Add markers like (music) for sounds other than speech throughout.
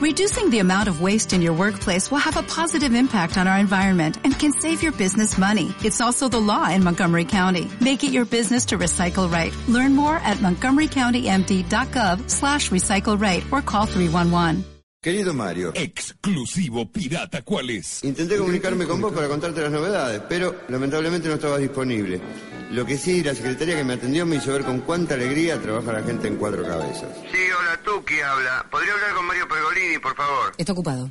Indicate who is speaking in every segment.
Speaker 1: Reducing the amount of waste in your workplace will have a positive impact on our environment and can save your business money. It's also the law in Montgomery County. Make it your business to recycle right. Learn more at montgomerycountymd.gov slash recycle right or call 311.
Speaker 2: Querido Mario,
Speaker 3: Exclusivo Pirata ¿Cuál es?
Speaker 2: intenté comunicarme con vos para contarte las novedades, pero lamentablemente no estabas disponible. Lo que sí, la secretaria que me atendió me hizo ver con cuánta alegría trabaja la gente en cuatro cabezas.
Speaker 4: Sí, hola, tú que habla. ¿Podría hablar con Mario Pergolini, por favor?
Speaker 5: Está ocupado.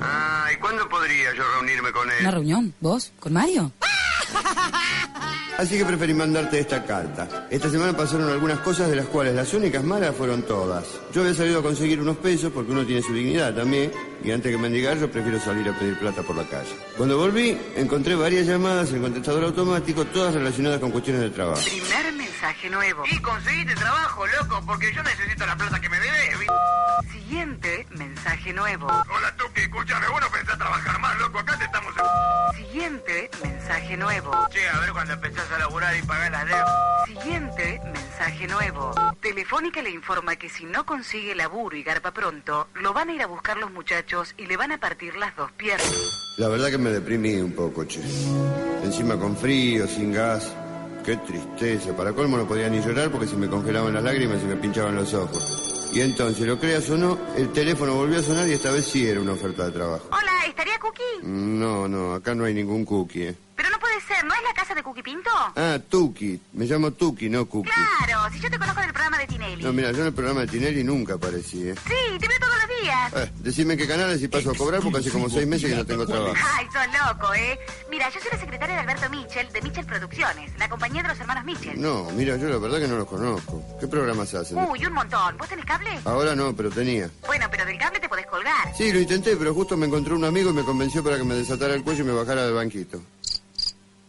Speaker 4: Ah, ¿y cuándo podría yo reunirme con
Speaker 5: ¿Una
Speaker 4: él?
Speaker 5: reunión? ¿Vos? ¿Con Mario?
Speaker 2: Así que preferí mandarte esta carta. Esta semana pasaron algunas cosas de las cuales las únicas malas fueron todas. Yo había salido a conseguir unos pesos porque uno tiene su dignidad también, y antes que mendigar yo prefiero salir a pedir plata por la calle. Cuando volví, encontré varias llamadas en contestador automático, todas relacionadas con cuestiones de trabajo.
Speaker 6: Primer mensaje nuevo.
Speaker 4: Y conseguiste trabajo, loco, porque yo necesito la plata que me debes. vi-
Speaker 6: Siguiente mensaje nuevo.
Speaker 4: Hola, tú que escúchame, vos no pensás trabajar más, loco. Acá te estamos...
Speaker 6: Siguiente mensaje nuevo.
Speaker 4: Che, a ver cuando empezás a laburar y pagar las deudas.
Speaker 6: Siguiente mensaje nuevo. Telefónica le informa que si no consigue laburo y garpa pronto, lo van a ir a buscar los muchachos y le van a partir las dos piernas.
Speaker 2: La verdad que me deprimí un poco, che. Encima con frío, sin gas. Qué tristeza. Para colmo no podía ni llorar porque se me congelaban las lágrimas y me pinchaban los ojos. Y entonces, lo creas o no, el teléfono volvió a sonar y esta vez sí era una oferta de trabajo.
Speaker 7: Hola, ¿estaría Cookie?
Speaker 2: No, no, acá no hay ningún cookie, eh.
Speaker 7: Pero no puede ser, ¿no es la casa de Cookie Pinto?
Speaker 2: Ah, Tuki. Me llamo Tuki, no Cookie.
Speaker 7: Claro, si yo te conozco del programa de Tinelli.
Speaker 2: No, mira, yo en el programa de Tinelli nunca aparecí, eh.
Speaker 7: Sí, te veo todos los días.
Speaker 2: Eh, decime qué canales y paso a cobrar porque hace como seis meses que no tengo trabajo.
Speaker 7: Ay, sos loco, ¿eh? Mira, yo soy la secretaria de Alberto Mitchell, de Mitchell Producciones, la compañía de los hermanos Mitchell.
Speaker 2: No, mira, yo la verdad que no los conozco. ¿Qué programas hacen?
Speaker 7: Uy, un montón. ¿Vos tenés cable?
Speaker 2: Ahora no, pero tenía.
Speaker 7: Bueno, pero del cable te podés colgar.
Speaker 2: Sí, lo intenté, pero justo me encontró un amigo y me convenció para que me desatara el cuello y me bajara del banquito.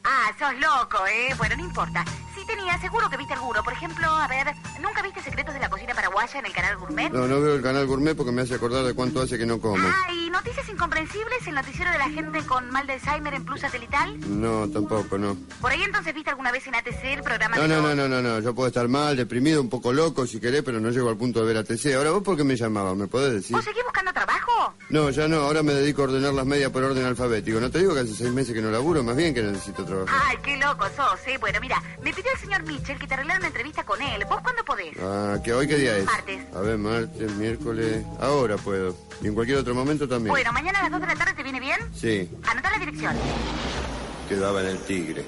Speaker 7: Ah, sos loco, ¿eh? Bueno, no importa. Sí tenía, seguro que viste alguno. Por ejemplo, a ver, ¿nunca viste Secretos de la Cocina Paraguaya en el canal Gourmet?
Speaker 2: No, no veo el canal gourmet porque me hace acordar de cuánto hace que no como.
Speaker 7: Ah, y Noticias Incomprensibles, el noticiero de la gente con mal de Alzheimer en Plus Satelital.
Speaker 2: No, tampoco, no.
Speaker 7: Por ahí entonces viste alguna vez en ATC el programa
Speaker 2: No,
Speaker 7: de
Speaker 2: no,
Speaker 7: los-
Speaker 2: no, no, no, no. Yo puedo estar mal, deprimido, un poco loco si querés, pero no llego al punto de ver a TC. Ahora vos por qué me llamabas, ¿me podés decir?
Speaker 7: ¿Vos seguís buscando trabajo?
Speaker 2: No, ya no, ahora me dedico a ordenar las medias por orden alfabético. No te digo que hace seis meses que no laburo, más bien que necesito trabajar.
Speaker 7: Ay, qué loco sos, eh. Bueno, mira, me pidió el señor Mitchell que te arreglara una entrevista con él. ¿Vos cuándo podés?
Speaker 2: Ah, ¿que hoy qué día es?
Speaker 7: Martes.
Speaker 2: A ver, martes, miércoles. Ahora puedo. Y en cualquier otro momento también.
Speaker 7: Bueno, mañana a las 2 de la tarde te viene bien.
Speaker 2: Sí,
Speaker 7: Anotá la dirección.
Speaker 2: quedaba en el tigre.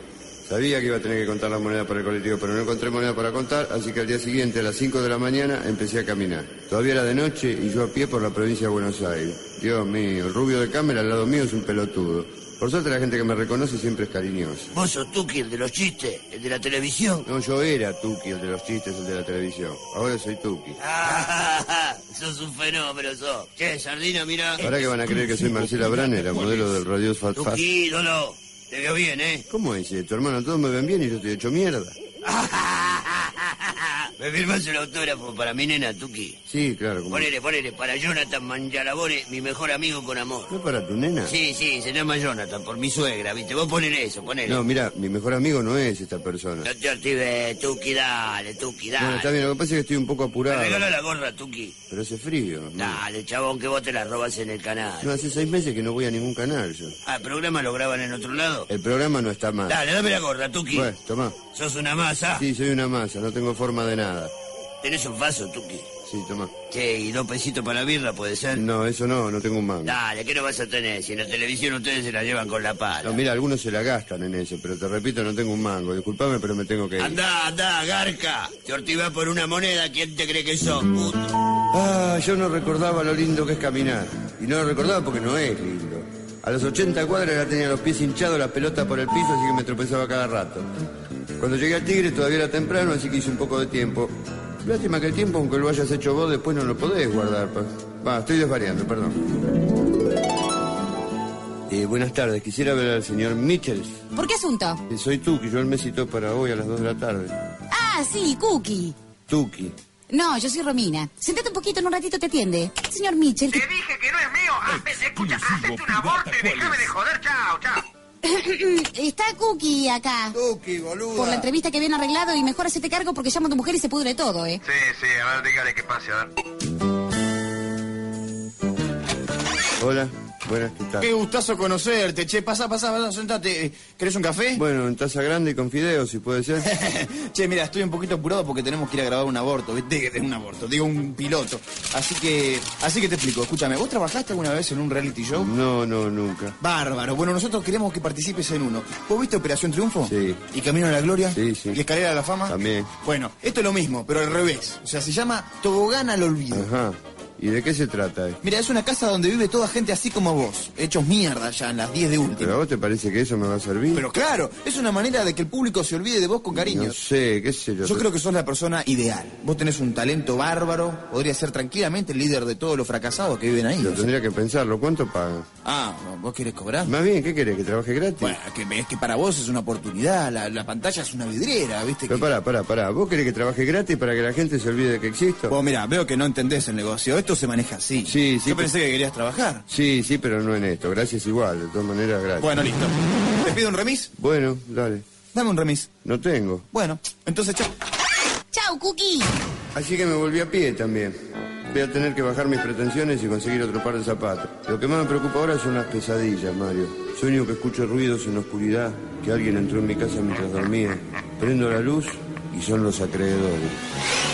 Speaker 2: Sabía que iba a tener que contar las monedas para el colectivo, pero no encontré moneda para contar, así que al día siguiente, a las 5 de la mañana, empecé a caminar. Todavía era de noche y yo a pie por la provincia de Buenos Aires. Dios mío, el rubio de cámara al lado mío es un pelotudo. Por suerte la gente que me reconoce siempre es cariñosa.
Speaker 4: Vos sos Tuki, el de los chistes, el de la televisión.
Speaker 2: No, yo era Tuki, el de los chistes, el de la televisión. Ahora soy Tuki.
Speaker 4: (laughs) sos un fenómeno, sos. Che, Sardina, mira.
Speaker 2: Ahora que van a creer que soy Marcela Braner, la modelo del Radio Fat Fat.
Speaker 4: Tuki, ídolo. Te veo bien, ¿eh?
Speaker 2: ¿Cómo es esto, hermano? Todos me ven bien y yo estoy hecho mierda.
Speaker 4: Me firmás el autógrafo para mi nena, Tuki.
Speaker 2: Sí, claro, como...
Speaker 4: Ponele, ponele, para Jonathan Mangialabone, mi mejor amigo con amor.
Speaker 2: ¿No es para tu nena?
Speaker 4: Sí, sí, se llama Jonathan, por mi suegra, ¿viste? Vos ponele eso, ponele.
Speaker 2: No, mira, mi mejor amigo no es esta persona.
Speaker 4: Eh. No te actives, Tuki, dale, Tuki, dale.
Speaker 2: Bueno, está bien, lo que pasa es que estoy un poco
Speaker 4: Te
Speaker 2: apurado.
Speaker 4: regalo la gorra, Tuki.
Speaker 2: Pero hace frío. ¿no?
Speaker 4: Dale, chabón, que vos te la robás en el canal.
Speaker 2: No, hace seis meses que no voy a ningún canal yo.
Speaker 4: Ah, ¿el programa lo graban en otro lado?
Speaker 2: El programa no está mal.
Speaker 4: Dale, dame la gorra, Tuki.
Speaker 2: Bueno, tomá.
Speaker 4: Sos una masa.
Speaker 2: Sí, soy una masa, no tengo forma de nada.
Speaker 4: Tenés un vaso, Tuki.
Speaker 2: Sí, tomá.
Speaker 4: Che, y dos pesitos para la birra, ¿puede ser?
Speaker 2: No, eso no, no tengo un mango.
Speaker 4: Dale, ¿qué no vas a tener? Si en la televisión ustedes se la llevan con la pala.
Speaker 2: No, mira, algunos se la gastan en eso, pero te repito, no tengo un mango. Disculpame, pero me tengo que ir.
Speaker 4: Andá, andá, garca. Te ortivás por una moneda, ¿quién te cree que sos, puto?
Speaker 2: Ah, yo no recordaba lo lindo que es caminar. Y no lo recordaba porque no es lindo. A los 80 cuadras ya tenía los pies hinchados, la pelota por el piso, así que me tropezaba cada rato. Cuando llegué al Tigre todavía era temprano, así que hice un poco de tiempo. Lástima que el tiempo, aunque lo hayas hecho vos, después no lo podés guardar. pa. Va, estoy desvariando, perdón. Eh, buenas tardes, quisiera ver al señor Mitchell.
Speaker 5: ¿Por qué asunto?
Speaker 2: Eh, Soy Tuki, yo él me citó para hoy a las 2 de la tarde.
Speaker 5: Ah, sí, Cookie.
Speaker 2: Tuki.
Speaker 5: No, yo soy Romina. Sentate un poquito, en un ratito te atiende. Señor Mitchell,
Speaker 4: Te dije que no es mío. Hazte, escucha,
Speaker 3: Exclusivo
Speaker 4: hazte un aborto y
Speaker 3: Pirata
Speaker 4: déjame
Speaker 3: Juárez.
Speaker 4: de joder. Chao, chao.
Speaker 5: (laughs) está Cookie acá.
Speaker 2: Tuki, boludo.
Speaker 5: Por la entrevista que viene arreglado y mejor hacerte cargo porque llama a tu mujer y se pudre todo, ¿eh?
Speaker 4: Sí, sí, a ver, dígale que pase, a ver.
Speaker 2: Hola, buenas, ¿qué tal?
Speaker 8: Qué gustazo conocerte, che. Pasá, pasá, pasá, sentate. Eh, ¿Querés un café?
Speaker 2: Bueno, en taza grande y con fideos, si puede ser.
Speaker 8: (laughs) che, mira, estoy un poquito apurado porque tenemos que ir a grabar un aborto, ¿viste? De un aborto, digo un piloto. Así que, así que te explico, escúchame, ¿vos trabajaste alguna vez en un reality show?
Speaker 2: No, no, nunca.
Speaker 8: Bárbaro. Bueno, nosotros queremos que participes en uno. ¿Vos viste Operación Triunfo?
Speaker 2: Sí.
Speaker 8: ¿Y Camino a la Gloria?
Speaker 2: Sí, sí.
Speaker 8: ¿Y Escalera a la Fama?
Speaker 2: También.
Speaker 8: Bueno, esto es lo mismo, pero al revés. O sea, se llama Tobogán al Olvido.
Speaker 2: Ajá. ¿Y de qué se trata? eh?
Speaker 8: Mira, es una casa donde vive toda gente así como vos, hechos mierda ya en las 10 de última.
Speaker 2: ¿Pero a vos te parece que eso me va a servir?
Speaker 8: Pero claro, es una manera de que el público se olvide de vos con cariño.
Speaker 2: No sé, qué sé yo.
Speaker 8: Yo creo que sos la persona ideal. Vos tenés un talento bárbaro, podrías ser tranquilamente el líder de todos los fracasados que viven ahí.
Speaker 2: Lo
Speaker 8: ¿no?
Speaker 2: tendría que pensarlo. ¿Cuánto pagan?
Speaker 8: Ah, ¿vos querés cobrar?
Speaker 2: Más bien, ¿qué querés? ¿Que trabaje gratis?
Speaker 8: Bueno, que, es que para vos es una oportunidad, la, la pantalla es una vidriera, ¿viste?
Speaker 2: Pero
Speaker 8: Que...
Speaker 2: pará, pará, pará. ¿Vos querés que trabaje gratis para que la gente se olvide de que existo?
Speaker 8: Vos mirá, veo que no entendés el negocio, esto se maneja así.
Speaker 2: Sí, sí,
Speaker 8: Yo
Speaker 2: pero-
Speaker 8: pensé que querías trabajar.
Speaker 2: Sí, sí, pero no en esto. Gracias igual. De todas maneras, gracias.
Speaker 8: Bueno, listo. ¿Te pido un remis?
Speaker 2: Bueno, dale.
Speaker 8: Dame un remis.
Speaker 2: No tengo.
Speaker 8: Bueno, entonces chao.
Speaker 5: Chao, Cookie.
Speaker 2: Así que me volví a pie también. Voy a tener que bajar mis pretensiones y conseguir otro par de zapatos. Lo que más me preocupa ahora son las pesadillas, Mario. Sueño que escucho ruidos en la oscuridad, que alguien entró en mi casa mientras dormía. Prendo la luz y son los acreedores.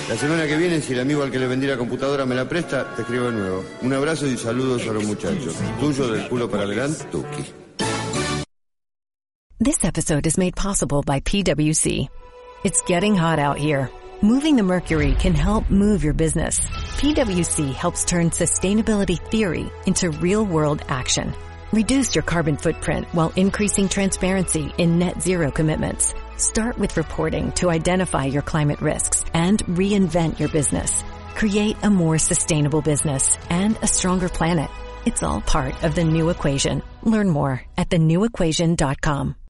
Speaker 2: La semana que viene, si el amigo al que le vendí la computadora me la presta, te escribo de nuevo. Un abrazo y saludos a los muchachos. Tuyo del culo para adelante, Tuki.
Speaker 9: This episode is made possible by PwC. It's getting hot out here. Moving the mercury can help move your business. PwC helps turn sustainability theory into real world action. Reduce your carbon footprint while increasing transparency in net zero commitments. Start with reporting to identify your climate risks and reinvent your business. Create a more sustainable business and a stronger planet. It's all part of the new equation. Learn more at thenewequation.com.